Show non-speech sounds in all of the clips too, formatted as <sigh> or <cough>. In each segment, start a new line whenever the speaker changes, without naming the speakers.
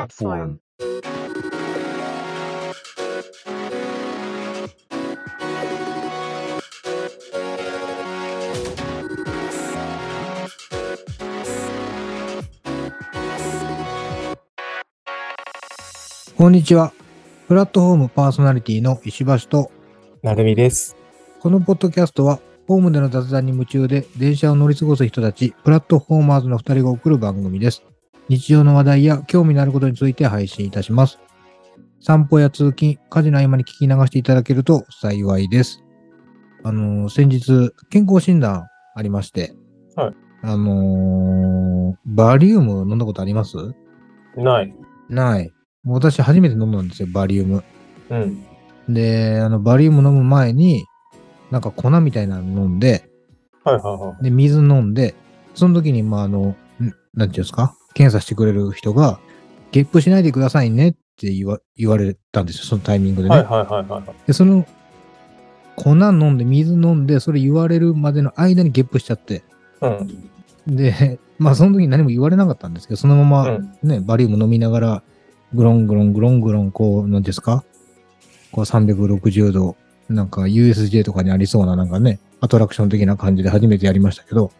platform,
こんにちは。プラットフォームパーソナリティの石橋と、
なるみです。
このポッドキャストは、ホームでの雑談に夢中で電車を乗り過ごす人たち、プラットフォーマーズの2人が送る番組です。日常の話題や興味のあることについて配信いたします。散歩や通勤、家事の合間に聞き流していただけると幸いです。あのー先日、健康診断ありまして、
はい
あのーバリウム飲んだことあります
ない。
ない。もう私初めて飲むんですよ、バリウム。
うん。
で、あの、バリウム飲む前に、なんか粉みたいなの飲んで、
はいはいは
で、水飲んで、その時に、まあ、あの、んなんていうんですか、検査してくれる人が、ゲップしないでくださいねって言わ言われたんですよ、そのタイミングで
い。
ね。
はいはいはいはい。
で、その、粉飲んで、水飲んで、それ言われるまでの間にゲップしちゃって、
うん。
で、まあ、その時に何も言われなかったんですけど、そのま
う
ま
ん。
ね、バリウム飲みながら、グロングロングロングロン、こう、なんですかこう360度、なんか USJ とかにありそうな、なんかね、アトラクション的な感じで初めてやりましたけど、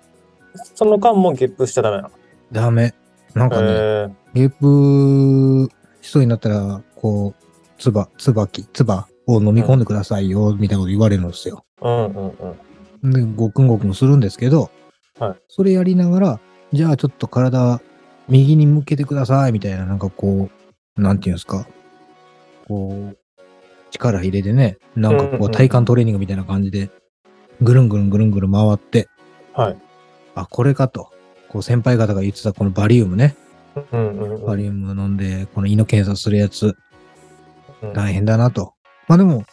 その間もゲップしちゃダメなの。
ダメ。なんかね、
え
ゲープしそうになったら、こう、つば、つばき、つばを飲み込んでくださいよ、みたいなこと言われるんですよ。
ー、うんうんうん。
で、ごくんごくんするんですけど、
はい
それやりながら、じゃあちょっと体、右に向けてください、みたいな、なんかこう、なんていうんですか、こう、力入れてね、なんか
うん
こ
う
う、
ん
体幹トレーニングみたいな感じで、ぐるんぐるんぐるんぐるん回って、
はい。
あ、これかと、こう、先輩方が言ってたこのバリウムね、
うんうんう
バ
ん。
リウム飲んで、この胃の検査するやつ、
うん
大変だなと。まあでも、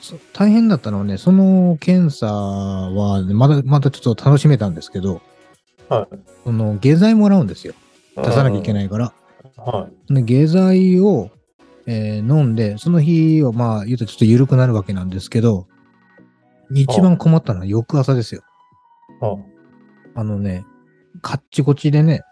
そ大変だったのはね、その検査は、まだ、まだちょっと楽しめたんですけど、
は
その、下剤もらうんですよ。出さなきゃいけ
い。
ないから。
は
で、下剤を、えー飲んで、その日はまあ、言うとちょっと緩くなるわけなんですけど、一番困ったのは翌朝ですよ。
い。は
あのね、カッチコチでね、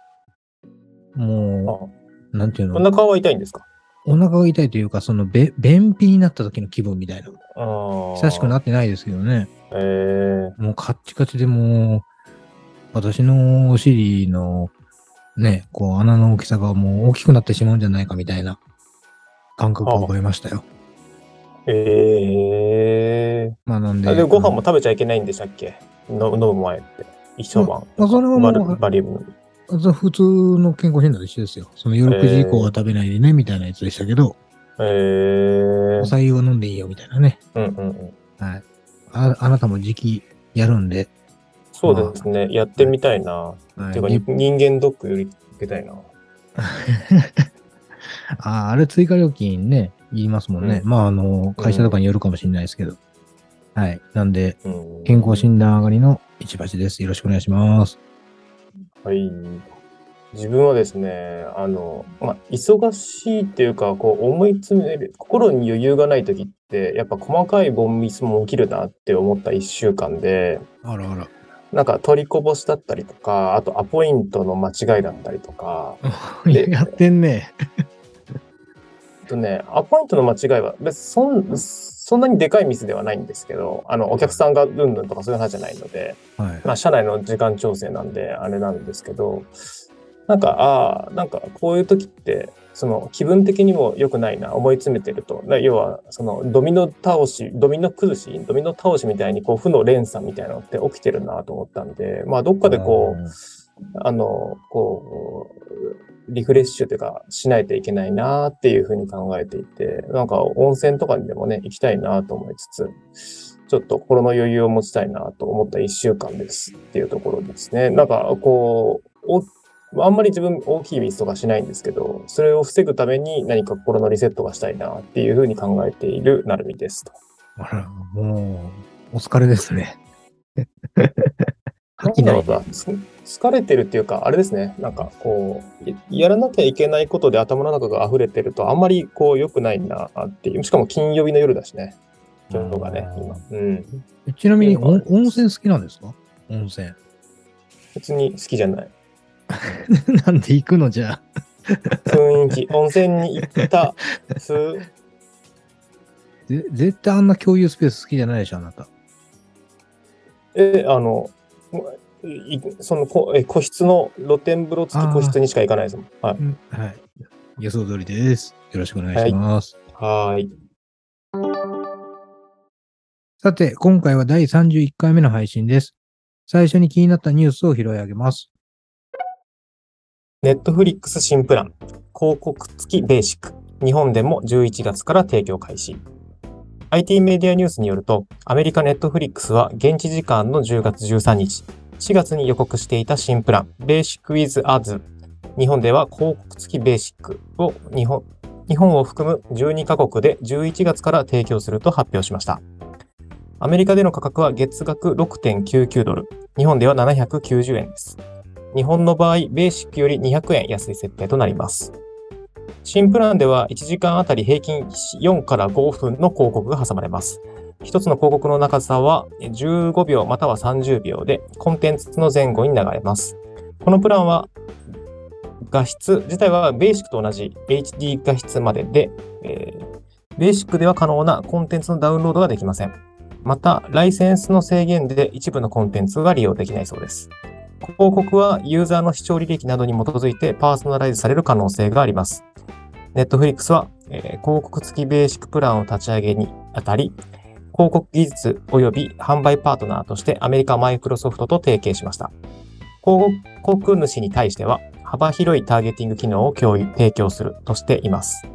も
あ。
う、なんていう
お
の、
腹は痛いんですか
お腹が痛いというか、その、べ便秘になった時の気分みたいな。
久
久しくなってないですけどね。
えー、
もうカッチカチでもう、私のお尻のね、こう穴の大きさがもう大きくなってしまうんじゃないかみたいな感覚を覚えましたよ。
えー。
まあなん
あ
で。
でもご飯も
あの
食べちゃいけないんでしたっけの飲む前って。一晩。
まあそれはも
バ
う
ルバリウム。
そう普通の健康診断と一緒ですよ。その夜9時以降は食べないでね、みたいなやつでしたけど、
えー。
お酒を飲んでいいよみたいなね。
うんうんうん。
はい。ああなたも時期やるんで、
そうですね。やってみたいな。
は
て
い
いうか、に人間ドックより受けたいな。
ああれ追加料金ね、言いますもんね。
う
まああの、会社とかによるかもしれないですけど。はい。なんで、
うん
健康診断上がりの市橋です。よろしくお願いします。
はい。自分はですね、あの、まあ、忙しいっていうか、こう、思い詰める、心に余裕がない時って、やっぱ細かいボンミスも起きるなって思った一週間で、
あらあら。
なんか取りこぼしだったりとか、あとアポイントの間違いだったりとか、で
<laughs> やってんね。
えっとね、アポイントの間違いは別そん、そんなにでかいミスではないんですけど、あの、お客さんがうんぬんとかそういう話じゃないので、
はい。
まあ、社内の時間調整なんであれなんですけどなんかああなんかこういう時ってその気分的にも良くないな思い詰めてるとな要はそのドミノ倒しドミノ崩しドミノ倒しみたいにこう負の連鎖みたいなのって起きてるなと思ったんでまあどっかでこうあのこうリフレッシュというかしないといけないなっていうふうに考えていてなんか温泉とかにでもね行きたいなと思いつつちょっと心の余裕を持ちたいなと思った1週間ですっていうところですねなんかこうおあんまり自分大きいミスとかしないんですけどそれを防ぐために何か心のリセットがしたいなっていうふうに考えているなるみですと。
あら、もう、お疲れです
<laughs>
ね。
な
吐き
んだ
な
ろ。
いう
な、つ疲れてるっていうか、あれですね、なんかこう、いやらなきゃいけないことで頭の中が溢れてると、あんまりこう、良くないなっていう、しかも金曜日の夜だしね、今日がね、今。うん。
ちなみに、お
うん
温泉好きなんですか <laughs> 温泉。
別に好きじゃない。
なんで行くのじゃあ。
雰囲気、温泉に行った、ふ、
ぜ絶対あんな共有スペース好きじゃないでしょ、あなた。
え、あの、いそのこえ個室の露天風呂付き個室にしか行かないですもん。はい。
うん、はい。予想通りです。よろしくお願いします。
はーい。
さて、今回は第31回目の配信です。最初に気になったニュースを拾い上げます。
ネットフリックス新プラン、広告付きベーシック、日本でも11月から提供開始。IT メディアニュースによると、アメリカネットフリックスは現地時間の10月13日、4月に予告していた新プラン、ベーシック with Ads、日本では広告付きベーシックを日本日本を含む12カ国で11月から提供すると発表しました。アメリカでの価格は月額6.99ドル、日本では790円です。日本の場合、ベーシックより200円安い設定となります。新プランでは1時間あたり平均4から5分の広告が挟まれます。一つの広告の長さは15秒または30秒で、コンテンツの前後に流れます。このプランは、画質自体はベーシックと同じ HD 画質までで、えーベーシックでは可能なコンテンツのダウンロードができません。また、ライセンスの制限で一部のコンテンツが利用できないそうです。広告はユーザーの視聴履歴などに基づいてパーソナライズされる可能性があります。Netflix は、えー広告付きベーシックプランを立ち上げにあたり、広告技術及び販売パートナーとしてアメリカマイクロソフトと提携しました。広告主に対しては幅広いターゲティング機能を共有提供するとしています。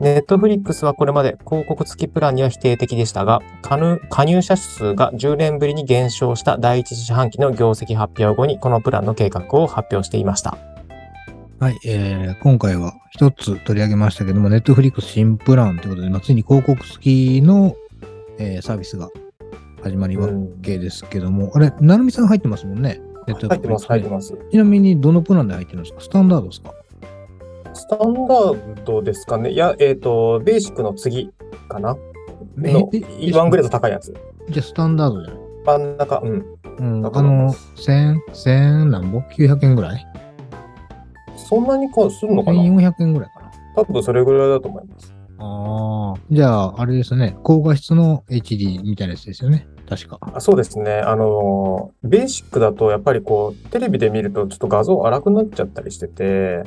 Netflix はこれまで広告付きプランには否定的でしたが、加入加入者数が10年ぶりに減少した第一四半期の業績発表後にこのプランの計画を発表していました。
はい、えー、今回は一つ取り上げましたけども、ネットフリックス新プランということで、まあ、ついに広告付きの、えーサービスが始まりわけですけども、あれ、なるみさん入ってますもんね。ネッ
入
トフリ
って
ック
ます、
ス
入ってます。
ちなみに、どのプランで入ってるんですかスタンダードですか
スタンダードですかねいや、えっ、と、ベーシックの次かなの、
ええ
ワングレード高いやつ。
じゃあ、スタンダードじゃない
真ん中、うん。
うん、
だ
あ
と思い
の
ま、
1000、1000何本 ?900 円ぐらい
そんなにこうするのかな
?1400 円ぐらいかな。
多分それぐらいだと思います。
ああ。じゃあ、あれですね。高画質の HD みたいなやつですよね。確か。
あそうですね。あのー、ベーシックだと、やっぱりこう、テレビで見るとちょっと画像荒くなっちゃったりしてて、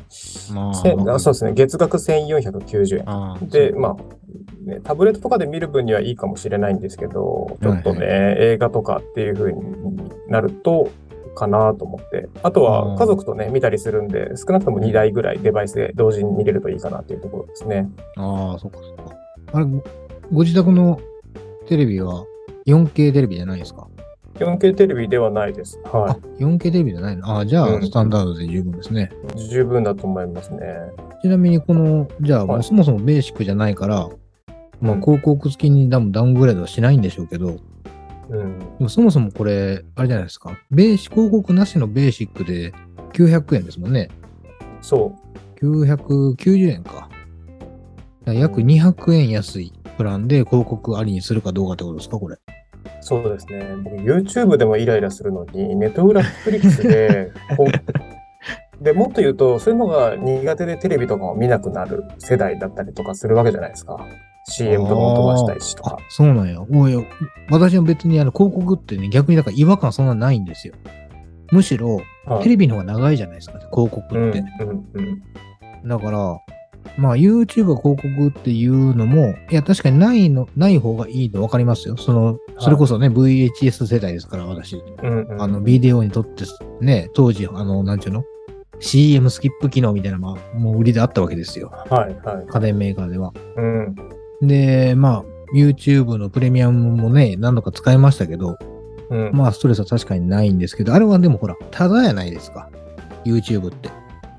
まあ
せ
わかる
んあそうですね。月額1490円。
ああ
で、まあ、ね、タブレットとかで見る分にはいいかもしれないんですけど、ちょっとね、
は
映画とかっていう風になると、かなと思って。あと
うん
は、家族とね、見たりするんで、少なくとも2台ぐらいデバイスで同時に見れるといいかなっていうところですね。
ああ、そっかそっか。あれ、ごご自宅のテレビは 4K テレビじゃないですか
4K テレビではないです。
あ
は、
4K テレビじゃないのああ、じゃ
う
あ、
ん
スタンダードで十分ですね。
い。十分だと思いますね。
ちなみに、この、じゃあ、
はい
そもそもベーシックじゃないから、まあ、
うん
広告付きにダウンダウングレードはしないんでしょうけど、で
うん。
もそもそもこれ、あれじゃないですか。ベーシ広告なしのベーシックで900円ですもんね。
そ
990円か。だから約200円安いプランで広告ありにするかどうかってことですか、これ。
う。そうですね。僕、YouTube でもイライラするのに、ネットフラックリックス
<laughs>
で、こうで、もっと言うと、そういうのが苦手でテレビとかを見なくなる世代だったりとかするわけじゃないですか。CM とかも飛ばしたいしと
あ
か。、
そうなんや。おいや、私も別にあの広告ってね、逆にだから違和感そんなないんですよ。むしろ、
はい
テレビの方が長いじゃないですか、広告
うん、う
って。
ん、うん。
だから、まあ YouTube は広告っていうのも、いや、確かにないの、ない方がいいの分かりますよ。その、それこそね、VHS 世代ですから、私。
うんうん
あの、ビデオにとってね、当時、あの、なんちゅうの ?CM スキップ機能みたいなのが、もう売りであったわけですよ。
はい、はい。
家電メーカーでは。
うん。
で、まあ、YouTube のプレミアムもね、何度か使いましたけど、
うん。
まあ、ストレスは確かにないんですけど、あれはでもほら、ただやないですか。YouTube って。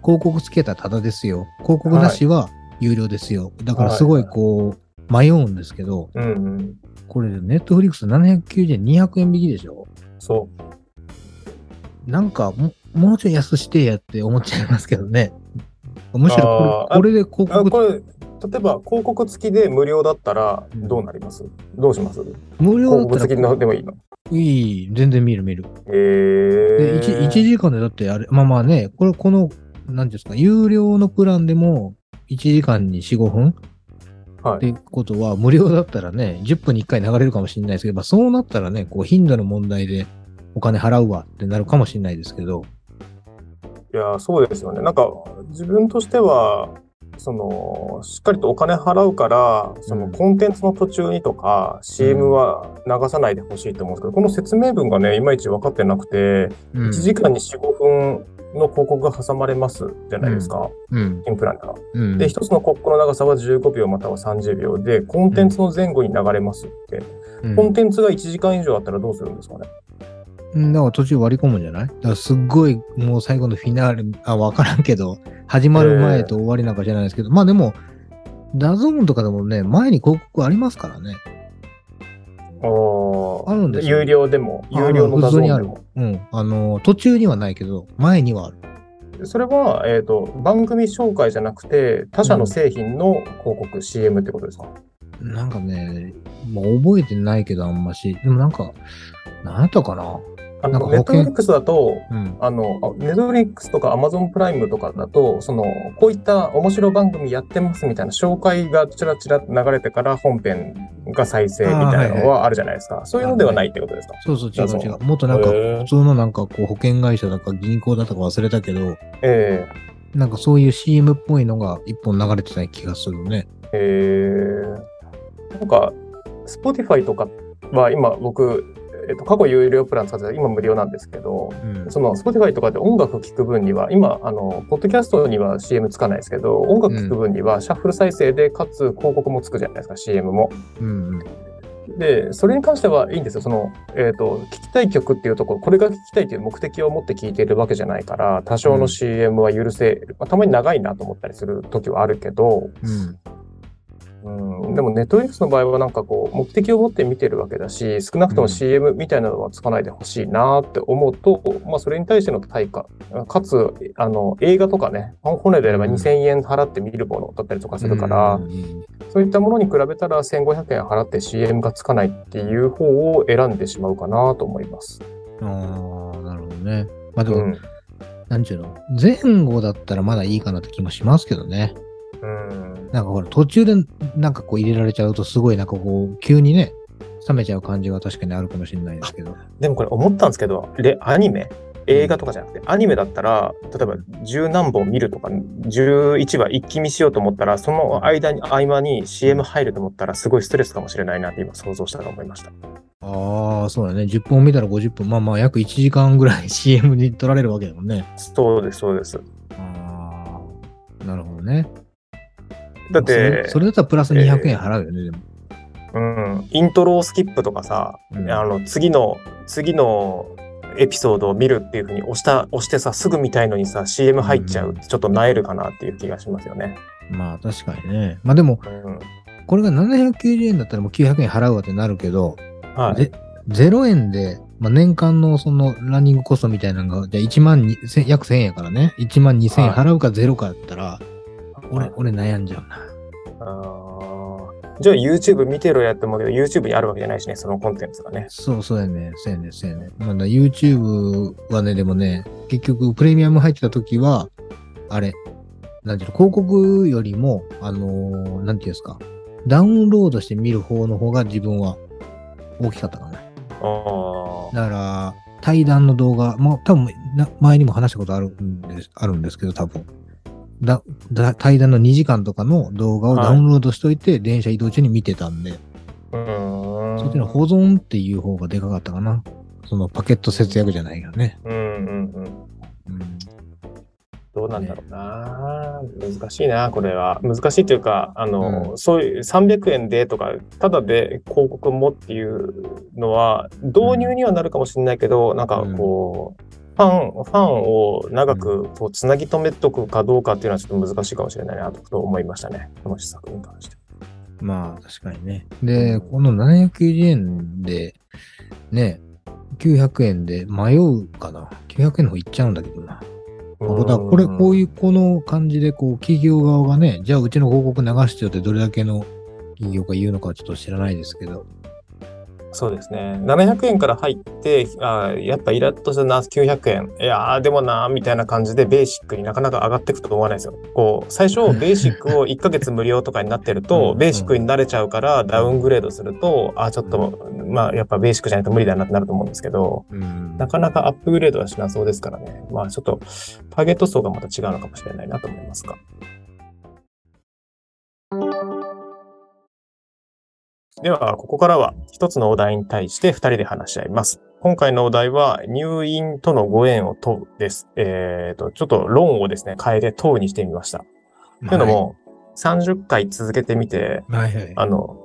広告つけたらただですよ。広告なしは有料ですよ。だからすごいこう、迷うんですけど、
うん、うん。
これ、Netflix790 円、200円引きでしょ
そ
なんかも、もうちょい安してやって思っちゃいますけどね。むしろ
あー
これ、これ
う。
で
あこ
広告、
れ、例えば広告付きで無料だったら
うん
どうなります、どうします広
無料
告
だっ
付
た
き
ら
の、でもいいの
いい、全然見る見る。
え
で 1, 時間でだってあれ、まあまあね、これ、この何ですか、有料のプランでも1時間に4、5分
は
っ
い。
てことは、無料だったらね、10分に1回流れるかもしれないですけど、まあ、そうなったらね、こう頻度の問題でお金払うわってなるかもしれないですけど、
いや、そうですよね。なんか、自分としては、その、しっかりとお金払うから、その、コンテンツの途中にとか、CM は流さないでほしいと思うんですけど、この説明文がね、いまいち分かってなくて、
うん
1時間に4、5分の広告が挟まれますじゃないですか、
うん。
インプランが。
うん。
で、1つの広告の長さは15秒または30秒で、コンテンツの前後に流れますって、
うん
コンテンツが1時間以上あったらどうするんですかね。
うん、だから途中割り込むんじゃないだからすっごいもう最後のフィナーレ、あ、わからんけど、始まる前と終わりなんかじゃないですけど、まあでも、ダゾーンとかでもね、前に広告ありますからね。
おー
あるんですよ
有料でも、
あ
有料の画
普
像
通に
で
ある
も。
うん。あの、途中にはないけど、前にはある。
それは、えー、と番組紹介じゃなくて他社の製品の広告、CM ってことですか
なんかね、もう覚えてないけど、あんまし。でもなんか、なんやったかな
あ
なん
の
か保
ネット
険
フリックスだと
うん。
あのネットフリックスとかアマゾンプライムとかだとそのこういった面白番組やってますみたいな紹介がちらちら流れてから本編が再生みたいなのはあるじゃないですか、そういうのではないってことですか、
そうそう、違
ダゾ
う
ーン
違う。もっとなんか、
へー
普通のなんかこう保険会社だか銀行だとか忘れたけど、
え
なんかそういう CM っぽいのが一本流れてない気がするね。
ええーなんか Spotify とかは今僕、えっと過去有料プラン使ってた今無料なんですけど、
うん。
その Spotify とかで音楽聴く分には今あのポッドキャストには CM つかないですけど音楽聴く分にはシャッフル再生でかつ広告もつくじゃないですか CM も。
うんうん。
でそれに関してはいいんですよその、えー、と聞きたい曲っていうところこれが聞きたいという目的を持って聴いているわけじゃないから多少
う
の
ん
CM は許せ、まあたまに長いなと思ったりする時はあるけど、
うん
うん、でも Netflix の場合はなんかこう目的を持って見てるわけだし少なくと
う
も
ん
CM みたいなのはつかないでほしいなって思うと、まあ、それに対しての対価かつあの映画とかね本来であれば
うん
2000円払って見るものだったりとかするから、
うんうん
そういったものに比べたら1500円払って CM がつかないっていう方を選んでしまうかなと思います。
うんああ、なるほどね。まあで
う
も、
ん
なんちゅうの、前後だったらまだいいかなって気もしますけどね。
うん
なんかほら、途中でなんかこう入れられちゃうと、すごいなんかこう、急にね、冷めちゃう感じは確かにあるかもしれないですけど。
でもこれ思ったんですけどレアニメ映画とかじゃなくてアニメだったら例えば十何本見るとか11話一気見しようと思ったらその間に合間に CM 入ると思ったらすごいストレスかもしれないなって今想像したと思いました
ああ、そうだね。10本見たら50分。まあまあ、約1時間ぐらい <laughs> CM に取られるわけだもんね。
そうですそうです
ああ、なるほどね。
だっ
そ
て
れそれだったらプラス200円払うよね、でも。
うん、イントロをスキップとかさ、
うん
あの次の次のエピソードを見るっていうふうに押した押してさすぐ見たいのにさ CM 入っちゃうってちょっとなえるかなっていう気がしますよね、
まあ、確かにね。まあでも、
うん
これが790円だったらもう900円払うわってなるけど、
はい、
ぜ0円で、まあ、年間のそのランニングコストみたいなのが、じゃあ1万2千約1000円やからね、1万2000円
はい
払うか0かやったら、俺、俺悩んじゃうな。
あーじゃあ YouTube 見てろやって思うけど YouTube にあるわけじゃないしねそのコンテンツがね
そうそうやね、そうやね、そうやね。まあだ YouTube はね、でもね、結局プレミアム入ってた時は、あれ、なんていうの、広告よりも、あのーなんていうんですか、ダウンロードして見る方の方が自分は大きかったかな。
あー
だから、対談の動画も、多分な前にも話したことあるんですあるんですけど、多分だだ対談の2時間とかの動画を
はい
ダウンロードしといて、電車移動中に見てたんで、
うーん
そっちの保存っていう方がでかかったかな。そのパケット節約じゃないけどね。
うんうんうん
うん、
どうなんだろうな、難しいなこれは難しいというかあの、
う
そういう300円でとかただで広告もっていうのは導入にはなるかもしれないけど、なんかこう、ファンファンを長くこうつなぎ止めとくかどうかっていうのはちょっと難しいかもしれないなと思いましたねこの施策に関して。
まあ、確かにね。で、この790円で、ね、900円で迷うかな。900円の方いっちゃうんだけどな。まあだからこれ、こういうこの感じで、こう、企業側がね、じゃあうちの広告流してよってどれだけの企業が言うのかはちょっと知らないですけど、
そうですね。700円から入って、あーやっぱイラッとしたな、900円。いやー、でもなー、みたいな感じで、ベーシックになかなか上がっていくと思わないですよ。こう、最
<laughs>
初、ベーシックを1ヶ月無料とかになってる
うんう
と
ん、
ベーシックに慣れちゃうから、ダウングレードすると、あー、ちょっと、まあ、やっぱベーシックじゃないと無理だなってなると思うんですけど、
うん
なかなかアップグレードはしなそうですからね。まあ、ちょっと、ターゲット層がまた違うのかもしれないなと思いますが。では、ここからは一つのお題に対して二人で話し合います。今回のお題は、入院とのご縁を問うです。えっ、と、ちょっと論をですね、変えて問うにしてみました。というのも、30回続けてみて、
はいはい
あの、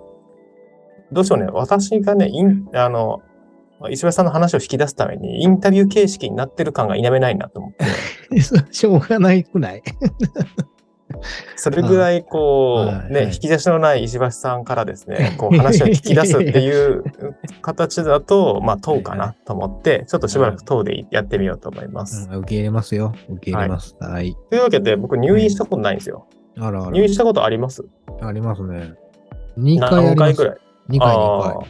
どうしようね、私がね、インあの、石橋さんの話を引き出すために、インタビュー形式になってる感が否めないなと思って、
<laughs> しょうがないくない
それぐらいこ、
はいうは
ね
い、
引き出しのない石橋さんからです
<laughs>
ね、こう話を引き出すっていう形だと、まあ、問うかなと思って、ちょっとしばらく問うでやってみようと思います。
うん受け入れますよ。受け入れます。はい。
というわけで、僕入院したことないんですよ。
あらあ
入
ら
院。したことあります
ありますね。2回あり
何回
ます。
ぐらい
?2 回、2
あー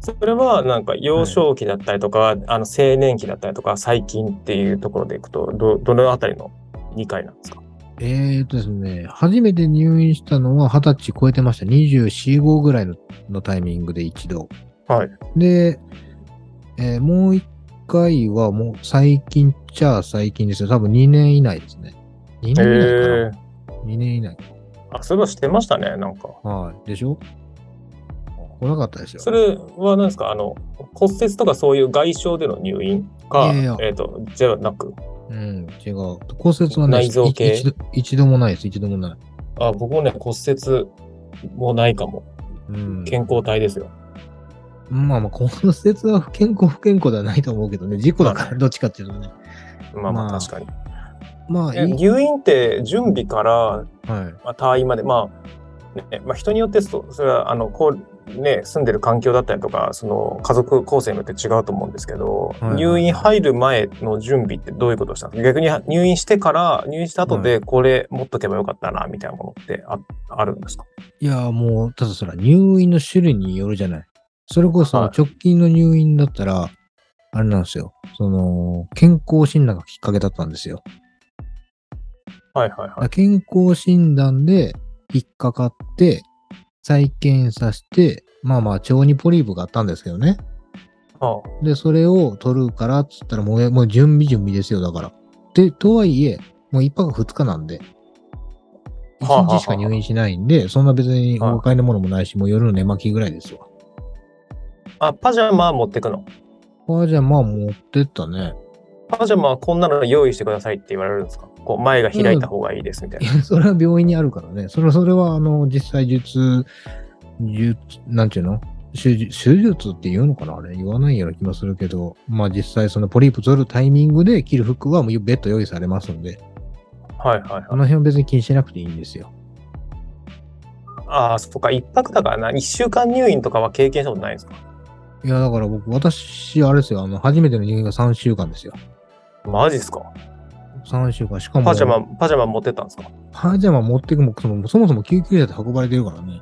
それはなんか幼少期だったりとか、あの青年期だったりとか最近っていうところでいくとどどのあたりの2回なんですか
回。えー、とですね、初めて入院したのは20歳超えてました。24、5ぐらいののタイミングで一度。
はい。
で、えーもう1回はもう最近っちゃ最近ですよ。多分2年以内ですね。2年以
え
内か
ー、
な、?2 年以内。
あそれはしてましたねなんか
はい。でしょ来なかったですよ。
それは何ですかあの骨折とかそういう外傷での入院か
いやいや
えっ、とじゃなく
うん、違う。骨折はね、
内臓系
い一度一度もないです、一度もない。
あ僕もね骨折もないかも
うん、
健康体ですよ、
まあまあ、骨折は不健康、不健康ではないと思うけどね、事故だから、どっちかっていうとね。
まあま
まあ
あ確かに、
まあ、
え
いい。
入院って準備から
はい。
まあ、退院まで、まあねまあ、人によってそそれはあのこう、ね、住んでる環境だったりとかその家族構成によって違うと思うんですけど、
はい
入院入る前の準備ってどういうことをしたんですか逆には入院してから入院した後
は
でこれ持っとけばよかったなみたいなものってああるんですか
いや、もう、ただそら、入院の種類によるじゃない。それこそ、
はい
直近の入院だったら、あれなんですよ。その、健康診断がきっかけだったんですよ。
はいはいはい。
健康診断で引っかかって、再検査して、まあまあ、腸にポリープがあったんですけどね。
あ
で、それを取るからっつったら、もう、もう準備準備ですよ、だから。で、とはいえ、もう1泊2日なんで、
はあはあ
1
はあ
日しか入院しないんで、そんな別に
はい
お買いのものもないし、もう夜の寝巻きぐらいですわ。
あパジャマ持ってくの
ああ、じゃあまあ持ってったね。 <laughs>
パジャマはこんなの用意してくださいって言われるんですかこう前が開いた方がいいですみたい
い
な。
や、それは病院にあるからね。それは、それは、あの、実際術、術、なんていうの手術手術って言うのかなあれ言わないような気がするけど、まあ実際そのポリープ取るタイミングで着る服はもう別途用意されますんで、
はいはいはい
あ。の辺は別に気にしなくていいんですよ。
ああ、そっか、一泊だからな、一週間入院とかは経験したことないんですか
いや、だから僕、私、あれですよ、あの、初めての入院が3週間ですよ。
マジっすか
3週間。しかも、
パジャマ、パジャマ持ってったんですか
パジャマ持ってくも、そのそもそも救急車で運ばれてるからね。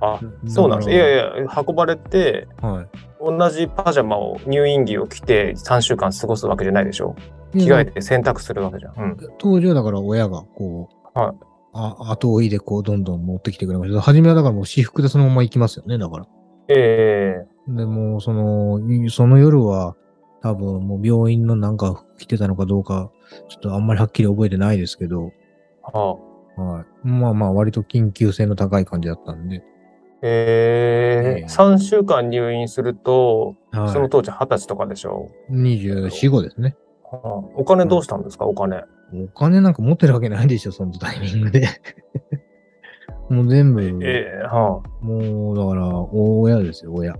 あ、そうなんです。い
だから
やいや、運ばれて、
は
同じパジャマを、入院着を着て3週間過ごすわけじゃないでしょ
い。
着替え
で
て洗濯するわけじゃん。うん。
当時はだから親が、こう、
はい
あ後追いでこう、どんどん持ってきてくれました。初めはだからもう私服でそのまま行きますよね、だから。
ええ
でもう、その、その夜は、多分もう病院のなんか服着てたのかどうか、ちょっとあんまりはっきり覚えてないですけど、
ああ
はい。まあまあ、割と緊急性の高い感じだったんで。
え
ええ
え三3週間入院すると、
はい
その当時二十歳とかでしょ、
24、5ですね。
ああお金どうしたんですか、お金。
お金なんか持ってるわけないでしょ、そのタイミングで。 <laughs> もう全部、
ええはあ
もうだから、親ですよ、親。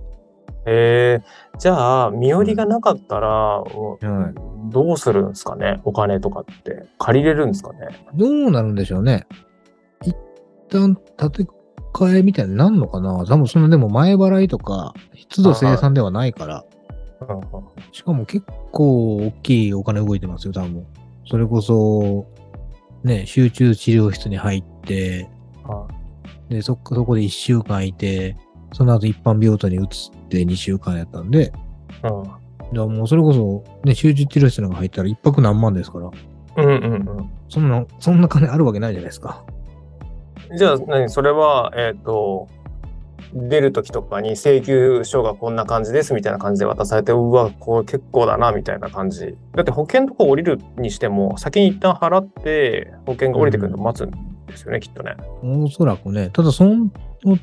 ええじゃあ、身寄りがなかったら、お
はい
どうするんですかねお金とかって。借りれるんですかね
どうなるんでしょうね。一旦建て替えみたいになんのかな多分そのでも前払いとか、湿度生産ではないから、
うんうん
しかも結構大きいお金動いてますよ、多分。それこそ、ね、集中治療室に入って、
は
で、そっか、そこで1週間いて、その後一般病棟に移って2週間やったんで、
うん。
でもうそれこそ、ね、集中治療室なんか入ったら一泊何万ですから、
うんうん
そんな、そんな金あるわけないじゃないですか。
うん。じゃあ、何それは、えっ、と、出る時とかに請求書がこんな感じですみたいな感じで渡されて、うわ、これ結構だなみたいな感じ。だって保険とか降りるにしても、先に一旦払って、保険が降りてくるのを待つんですよね、きっとね。
おそらくね、ただその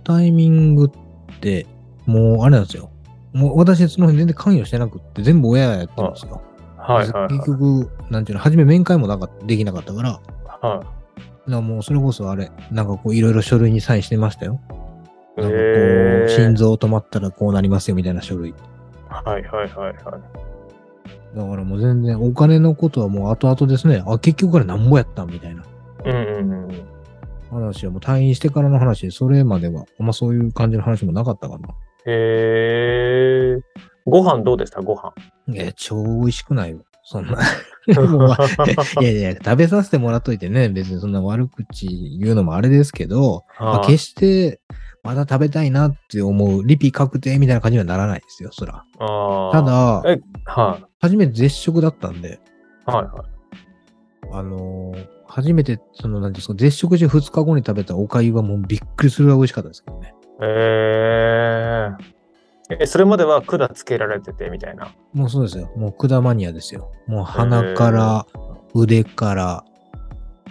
タイミングって、もうあれなんですよ。もう私その辺全然関与してなくって、全部親やってるんですよ。
はいはい
結局、なんていうの、初め面会もなんかできなかったから、だか
は
らもうそれこそあれ、なんかこういろいろ書類にサインしてましたよ。
い。
なんかこ
へ
う、
ー
心臓止まったらこうなりますよみたいな書類。
はいはいはいはい。
だからもう全然お金のことはもう後々ですね。あ、結局あれなんぼやったんみたいな
うんうんうん。
話はもう退院してからの話で、それまでは、あんまそういう感じの話もなかったかな。
へえ。ご飯どうでしたご飯。
え、超美味しくないよ。そん
<laughs>
な。もうまあいやいや、食べさせてもらっといてね、別にそんな悪口言うのもあれですけど、まあ
はい
決してまだ食べたいなって思う、リピ確定みたいな感じにはならないですよ、そら。
あ
た
ー
だ、
えはい
初めて絶食だったんで、
はいは
あのー初めて、その、なんていうんですか、絶食して2日後に食べたおかゆはもうびっくりするぐらい美味しかったですけどね。
い。へえ。え、それまでは管つけられててみたいな。
もうそうですよ。もう管マニアですよ。もう鼻から、腕から、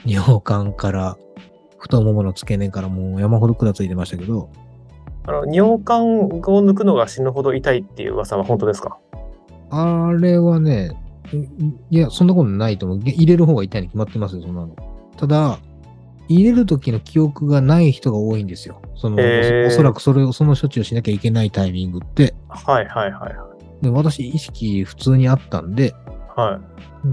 尿管から、太ももの付け根からもう山ほど管ついてましたけど、
あの尿管を抜くのが死ぬほど痛いっていう噂は本当ですか
あれはね、いいや、そんなことないと思う。げ入れる方が痛いに決まってますよ、そんなの。ただ、入れる時の記憶がない人が多いんですよ。その、
へー
おそらくそれを、その処置をしなきゃいけないタイミングって。
はいはいはい
で私、意識普通にあったんで、
は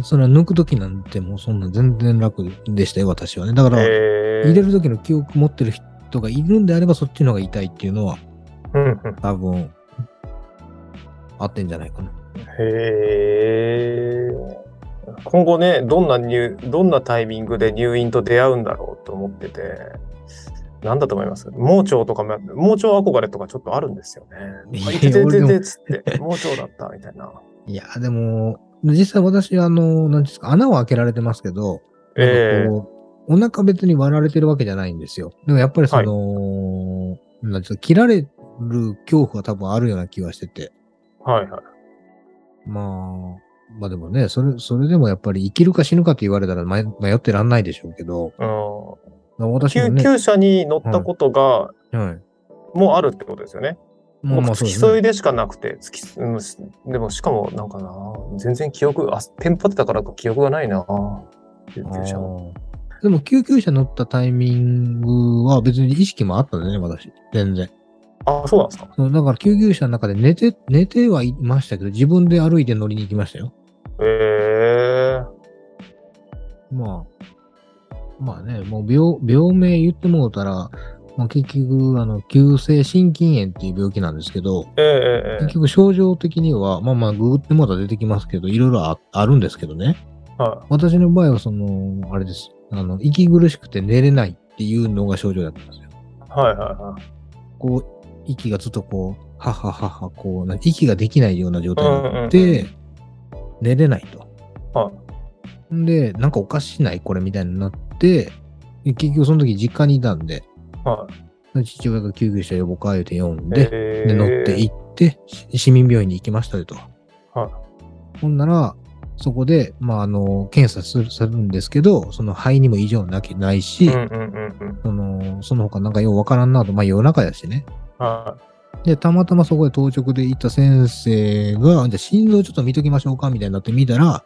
い。
それは抜く時なんてもうそんな全然楽でしたよ、私はね。だから、
へえ。
入れる時の記憶持ってる人がいるんであればそっちの方が痛いっていうのは
うんうん。
多分合ってんじゃないかな。
へえ。今後ね、どんな入、どんなタイミングで入院と出会うんだろうと思ってて、なんだと思います盲腸とかも、盲腸憧れとかちょっとあるんですよね。
いや
あいてて
俺で
て
も
てつって、盲腸だったみたい
<laughs>
な。
いやーでも実際私あの何ですか穴を開けられてますけど、
ええ
なんかこうお腹別に割られてるわけじゃないんですよ。でもやっぱりその、なんですか切られる恐怖は多分あるような気はしてて
はいはい。
まあまあでもねそれそれでもやっぱり生きるか死ぬかって言われたら迷迷ってらんないでしょうけど
うん
私も
救
ね、
急車に乗ったことが、
はい、
もうあるってことですよね。
まあ
僕
まあ
付
そう
き
ですね
添いでしかなくて、付きうんしでもしかもなんかな、全然記憶、あ、テンパってたからか記憶がないな、救急車も。
あーでも救急車乗ったタイミングは別に意識もあったんだよね、私。全然。
あ、そうなんですか。
そのだから救急車の中で寝て、寝てはいましたけど、自分で歩いて乗りに行きましたよ。
ええ
まあ、まあね、もう病、病名言ってもうたら、まあ、結局、あの、急性心筋炎っていう病気なんですけど、
えええええ
結局症状的には、まあまあ、ググってもうたら出てきますけど、いろいろああるんですけどね。
えは
私の場合は、その、あれです。あの、息苦しくて寝れないっていうのが症状だったんですよ。
いはいはいはい。
こう、息がずっとこう、はははは、こう、な息ができないような状態になっ
うんうん
て、寝れないと。
は
んで、なんかおかしないこれみたいになって、で結局その時実家にいたんで、
は
父親が救急車呼ぼうか言うて呼ん
い。
で、
ええ
で、乗って行って、し市民病院に行きましたよと。ほんなら、そこで、まあ、あの、検査するするんですけど、その肺にも異常なきないし、
うんうんうんうん。
その、その他なんかようわからんなと、まあ夜中やしね、
は
で、たまたまそこへ当直で行った先生が、じゃあ心臓ちょっと見ときましょうか、みたいになって見たら、
は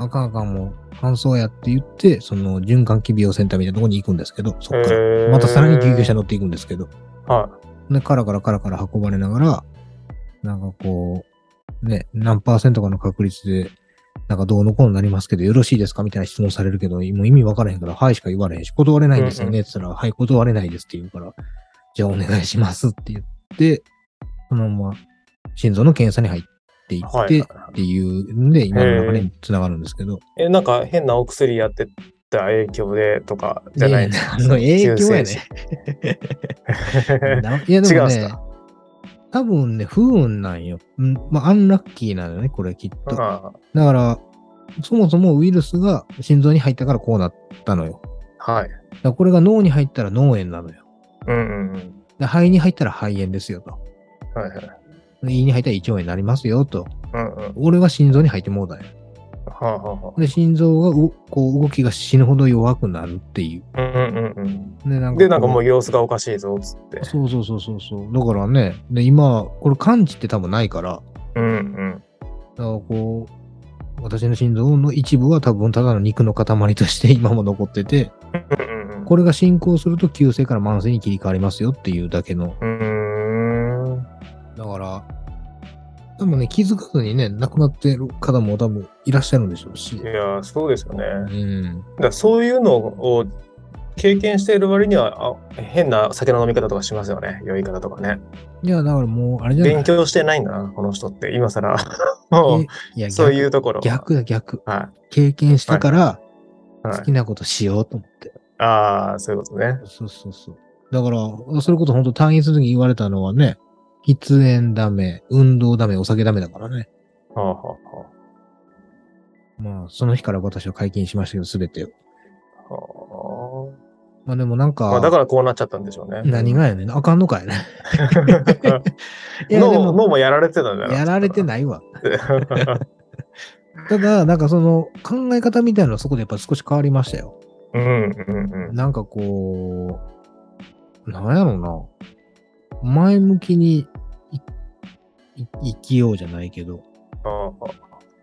あかんあかんもう、搬送やって言って、その循環器病センターみたいなとこに行くんですけど、そ
い。
っから。
ええ
またさらに救急車乗っていくんですけど、
は
で、カラカラカラカラ運ばれながら、なんかこう、ね、何パーセントかの確率で、なんかどうのこうのなりますけど、よろしいですかみたいな質問されるけど、もう意味わからへんから、はいしか言われへんし、断れないんですよねって言ったら、はい、断れないですって言うから、じゃあお願いしますって言って、そのまま心臓の検査に入ってい
い。
っ
は
て、
い
っ。ていうんで、今の流れにつながるんですけど、
え、なんか変なお薬やってた影響でとかじゃない <laughs>
ややあの影響やね。 <laughs> いや、で
違う
も
んす
ね
か、
多分ね、不運なんよ。うんまあ、アンラッキーなのね、これきっと。だ
あ
から、そもそもウイルスが心臓に入ったからこうなったのよ。
あはい。
だからこれが脳に入ったら脳炎なのよ。
うんうんうん。
で肺に入ったら肺炎ですよと。
はいはい。
で胃に入ったら胃腸炎になりますよと。
うんうん。は
俺は心臓に入ってもうだよ。
あはあは
で、心臓がうこう動きが死ぬほど弱くなるってい
あ。うんうんうんうん。
う。で、なんこ
で、なんかもう様子がおかしいぞ、つって。
そうそうそうそうそう。だからね、で今、これ感知って多分ないから、
うんうん。
だからこう、私の心臓の一部は多分ただの肉の塊として今も残ってて、
うんうん
これが進行すると急性から慢性に切り替わりますよっていうだけの。
うん。うーん。
だから、多分ね、気づかずにね、亡くなってる方も多分いらっしゃるんでしょうし
い。やー、そうですよね。
うん。
だからそういうのを経験している割には、あ変な酒の飲み方とかしますよね。酔い方とかね。
いや、だからもう、あれじゃない
勉強してないんだな、この人って。今更。もう、
い
<laughs>
や、
そういう
逆
ところ。
逆だ、逆。
は
経験したから、
い。は
好きなことしようと思って。
い、ああ、そういうことね。
そうそうそう。だから、それこそ本当退院するとき言われたのはね、喫煙ダメ、運動ダメ、お酒ダメだからね。
はあはあは
まあ、その日から私は解禁しましたけど、すべてを。
あは
まあでもなん
あ
か、
まあ、だからこうなっちゃったんでしょうね。
何がやねん。あかんの
<laughs>
かいね。いや、で
脳
も、
脳もやられてたんだよ。
やられてないわ。
い。
ただ、なんかその考え方みたいなのはそこでやっぱ少し変わりましたよ。
<laughs> うんうん
なんかこう、なんやろな。前向きにいい生きようじゃないけど、
うん。あ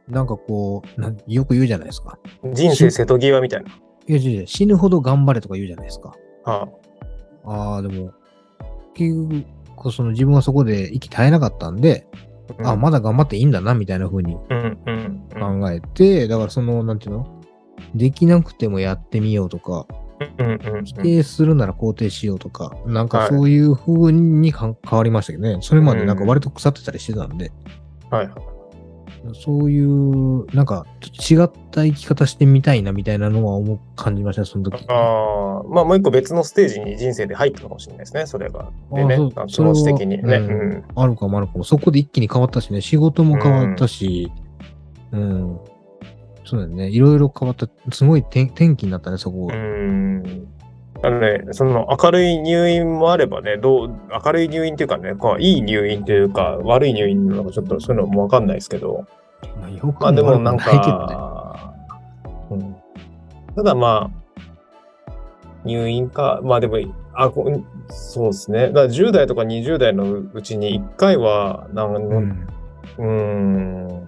なんかこう、なんよく言うじゃないですか。
あ人生瀬戸際みたいな。
いやいやいや死ぬほど頑張れとか言うじゃないですか。
あ
ああ、でも、結局、その自分はそこで息絶えなかったんで、
あ
あまだ頑張っていいんだな、みたいな風に
うんうんうん
考えて、だからその、なんていうのできなくてもやってみようとか、
うんうん
否定するなら肯定しようとか、なんかそういう風にかん変わりましたけどね。それまでなんか割と腐ってたりしてたんで、
はい。
そういう、なんかちょっと違った生き方してみたいなみたいなのは思う感じましたね、その時。
ああ、まあもう一個別のステージに人生で入ったかもしれないですね、それが。でね
あそう、
あの気
それは
持ち的にね。う
う
んん。
あるかもあるかも。そこで一気に変わったしね、仕事も変わったし、うん。そうだよね。いろいろ変わった。すごい転転機になったね、そこ
う
が。
ん。あのね、その明るい入院もあればね、どう、明るい入院というかね、こういい入院というか、悪い入院なのかちょっとそういうのもわかんないですけど、
まあ、よくも
まあでもなん
悪くないけどね。
か、うん、ただまあ、入院か、まあでも、あこそうですね。だから10代とか20代のうちに1回は、なんか
うん。
うーん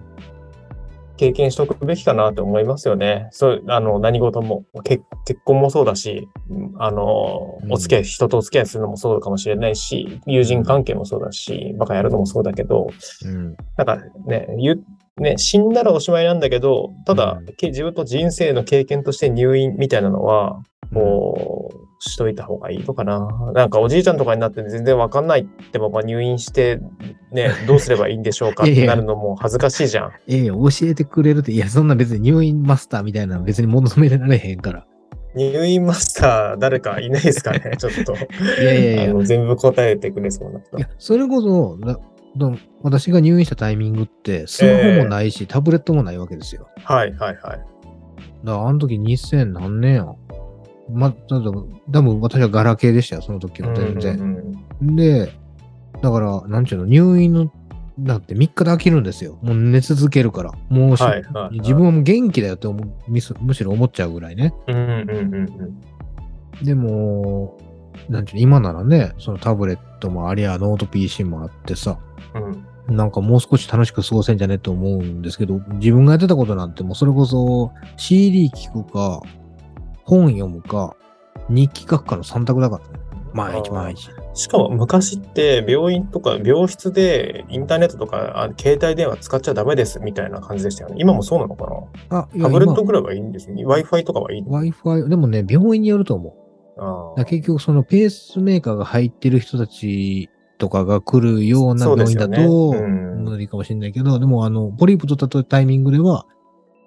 経験しておくべきかなと思いますよね。そうあの何事も結結婚もそうだし、うんあの
うん
お付き合い、人とお付き合いするのもそうかもしれないし、友人関係もそうだし、バカやるのもそうだけど、
うん。
なんかね、ゆね死んだらおしまいなんだけど、ただ、
う
け自分の人生の経験として入院みたいなのは、もうしといた方がいいのかな。なんかおじいちゃんとかになって全然わかんないってまま入院して、ね、どうすればいいんでしょうかっ
いやいや
てなるのも恥ずかしいじゃん。
ええ教えてくれるって、いや、そんな別に入院マスターみたいなの別に求められへんから。
入院マスター誰かいないですかね、
<laughs>
ちょっと。
いやいやいや
あの全部答えてくれそうな人
い。や、それこそ、などん私が入院したタイミングって、スマホもないし、タブレットもないわけですよ。
はいはいはい。
だからあの時2000何年やま、だだ多分私はガラケーでしたよ、その時は全然。
うんうん
で、だから、なんちゅうの、入院の、だって3日で飽きるんですよ。もう寝続けるから。もうし、
はいはいはい
自分はもう元気だよって思うみすむしろ思っちゃうぐらいね。
うんうんうんうん
でも、なんちゅうの、今ならね、そのタブレットもありゃ、ノート PC もあってさ、
うん。
なんかもう少し楽しく過ごせんじゃねと思うんですけど、自分がやってたことなんてもうそれこそ CD 聞くか、本読むか、日記書くかの3択だからね。毎日
あー
毎日。
しかも昔って病院とか病室でインターネットとかあ携帯電話使っちゃダメですみたいな感じでしたよね。今もそうなのかな
あ、い
タ
や
ブレット
今
ぐらいはいいんですよね。Wi-Fi とかはいいの
Wi-Fi、でもね、病院によると思う。
あ
だから結局そのペースメーカーが入ってる人たちとかが来るような
そうで
病
す
院
よ
だ
ね
と、
うん
無理かもしれないけど、でもあの、ポリープ取ったタイミングでは、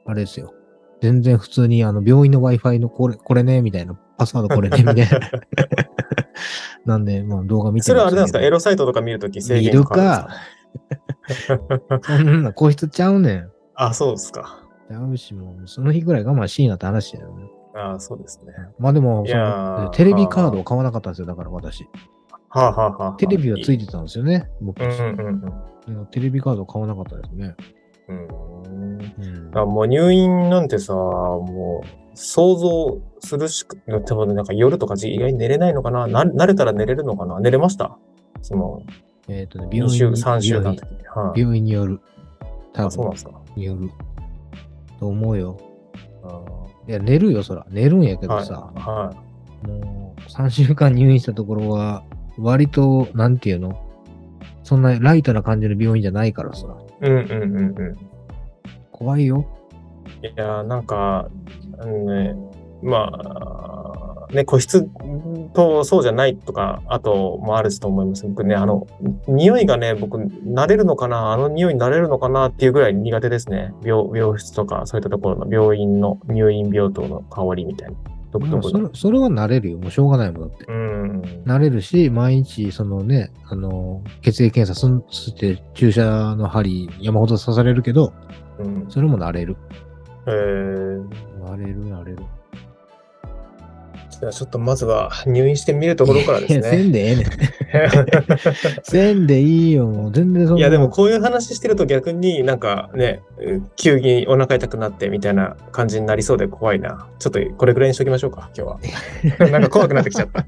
あれですよ。全然普
<laughs>
通にあの病院の Wi-Fi のこれ、これね、みたいな、パスワードこれね、みたいな。なんで、まあ動画見て
それはあれなんですかエ
ロ
ロサイトとか見るとき制
見
限
る
かか
か。
るんですか
そんな個室ちゃうねん。
あ、そうですか。
ちゃうし、もうその日ぐらい我慢しいなって話だよね。
あそうですね。
まあでも、
い
そ
やー
のテレビカードを買わなかったんですよ、だから私。
はあ、はあはあはあ、
テレビはつ
い
いてたんですよね、僕
うんうん
でもテレビカードを買わなかったですね。
うんうん。うん
うん
あもう入院なんてさ、もう想像するしか、でもねなんか夜とか意外に寝れないのかなな慣れたら寝れるのかな寝れましたその、
えっ、とね、
2
病
週、
院に
3週
病
の
院
時に。はい、
病院による。多
あそうなん
分
ですか。
による。と思うよ。
あ
いや、寝るよ、そら。寝るんやけ
ー
ど
はい、
さ、
は
もう3週間入院したところは、割と、なんていうのそんなライトな感じの病院じゃないからさ。
い。うんうんうんうん。
怖いよ。
いやーなんか、あのね、まあ、ね、個室とそうじゃないとか、あともあると思います。僕ね、あの、匂いがね、僕、慣れるのかな、あの匂いに慣れるのかなっていうぐらい苦手ですね。病病室とか、そういったところの病院の、入院病棟の香りみたいな。独
まあ
特
それ
の。
それは慣れるよ。もうしょうがないもんだって。
うん。
慣れるし、毎日、そのね、あの、血液検査すんして、注射の針山ほど刺されるけど、
うん、
それも慣れる。
えー、
慣れる、慣れる。
じゃあちょっとまずは入院してみるところからです
いやせ
ね。
んでええねん。せんでいいよ、もう全然そんな。
いやでもこういう話してると逆になんかねうん急にお腹痛くなってみたいな感じになりそうで怖いなちょっとこれぐらいにしときましょうか今日 <laughs> はなんか怖くなってきちゃった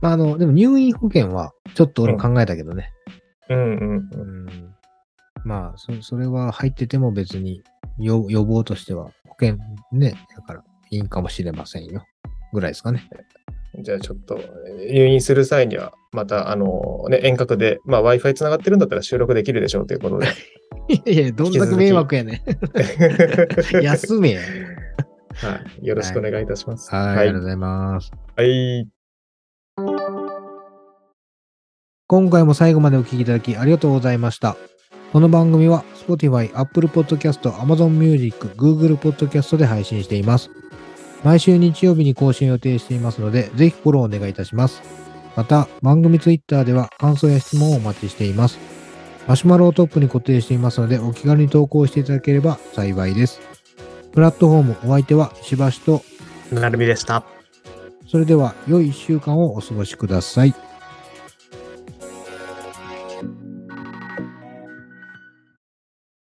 まあ、あの、でも入院保険は、ちょっと俺も考えたけどね。
うんうんうん
うん。まあそ、それは入ってても別に、よ予防としては、保険ね、だから、いいんかもしれませんよ。ぐらいですかね。
じゃあちょっとえー入院する際にはまたあのね遠隔で、まあ、w i f i つながってるんだったら収録できるでしょうということ <laughs> で
<laughs> いやいや、どんだけ迷惑やねん。 <laughs> 休めや。
はい、よろしくお願いいたします。
はい、あ
は
り
い
がとうございます。
はい
今回も最後までお聞きいただきありがとうございました。この番組は Spotify、Apple Podcast、Amazon Music、Google Podcast で配信しています。毎週日曜日に更新を予定していますので、ぜひフォローお願いいたします。また、番組 Twitter では感想や質問をお待ちしています。マシュマロをトップに固定していますので、お気軽に投稿していただければ幸いです。プラットフォームお相手は石橋と、
なるみでした。
それでは良い1週間をお過ごしください。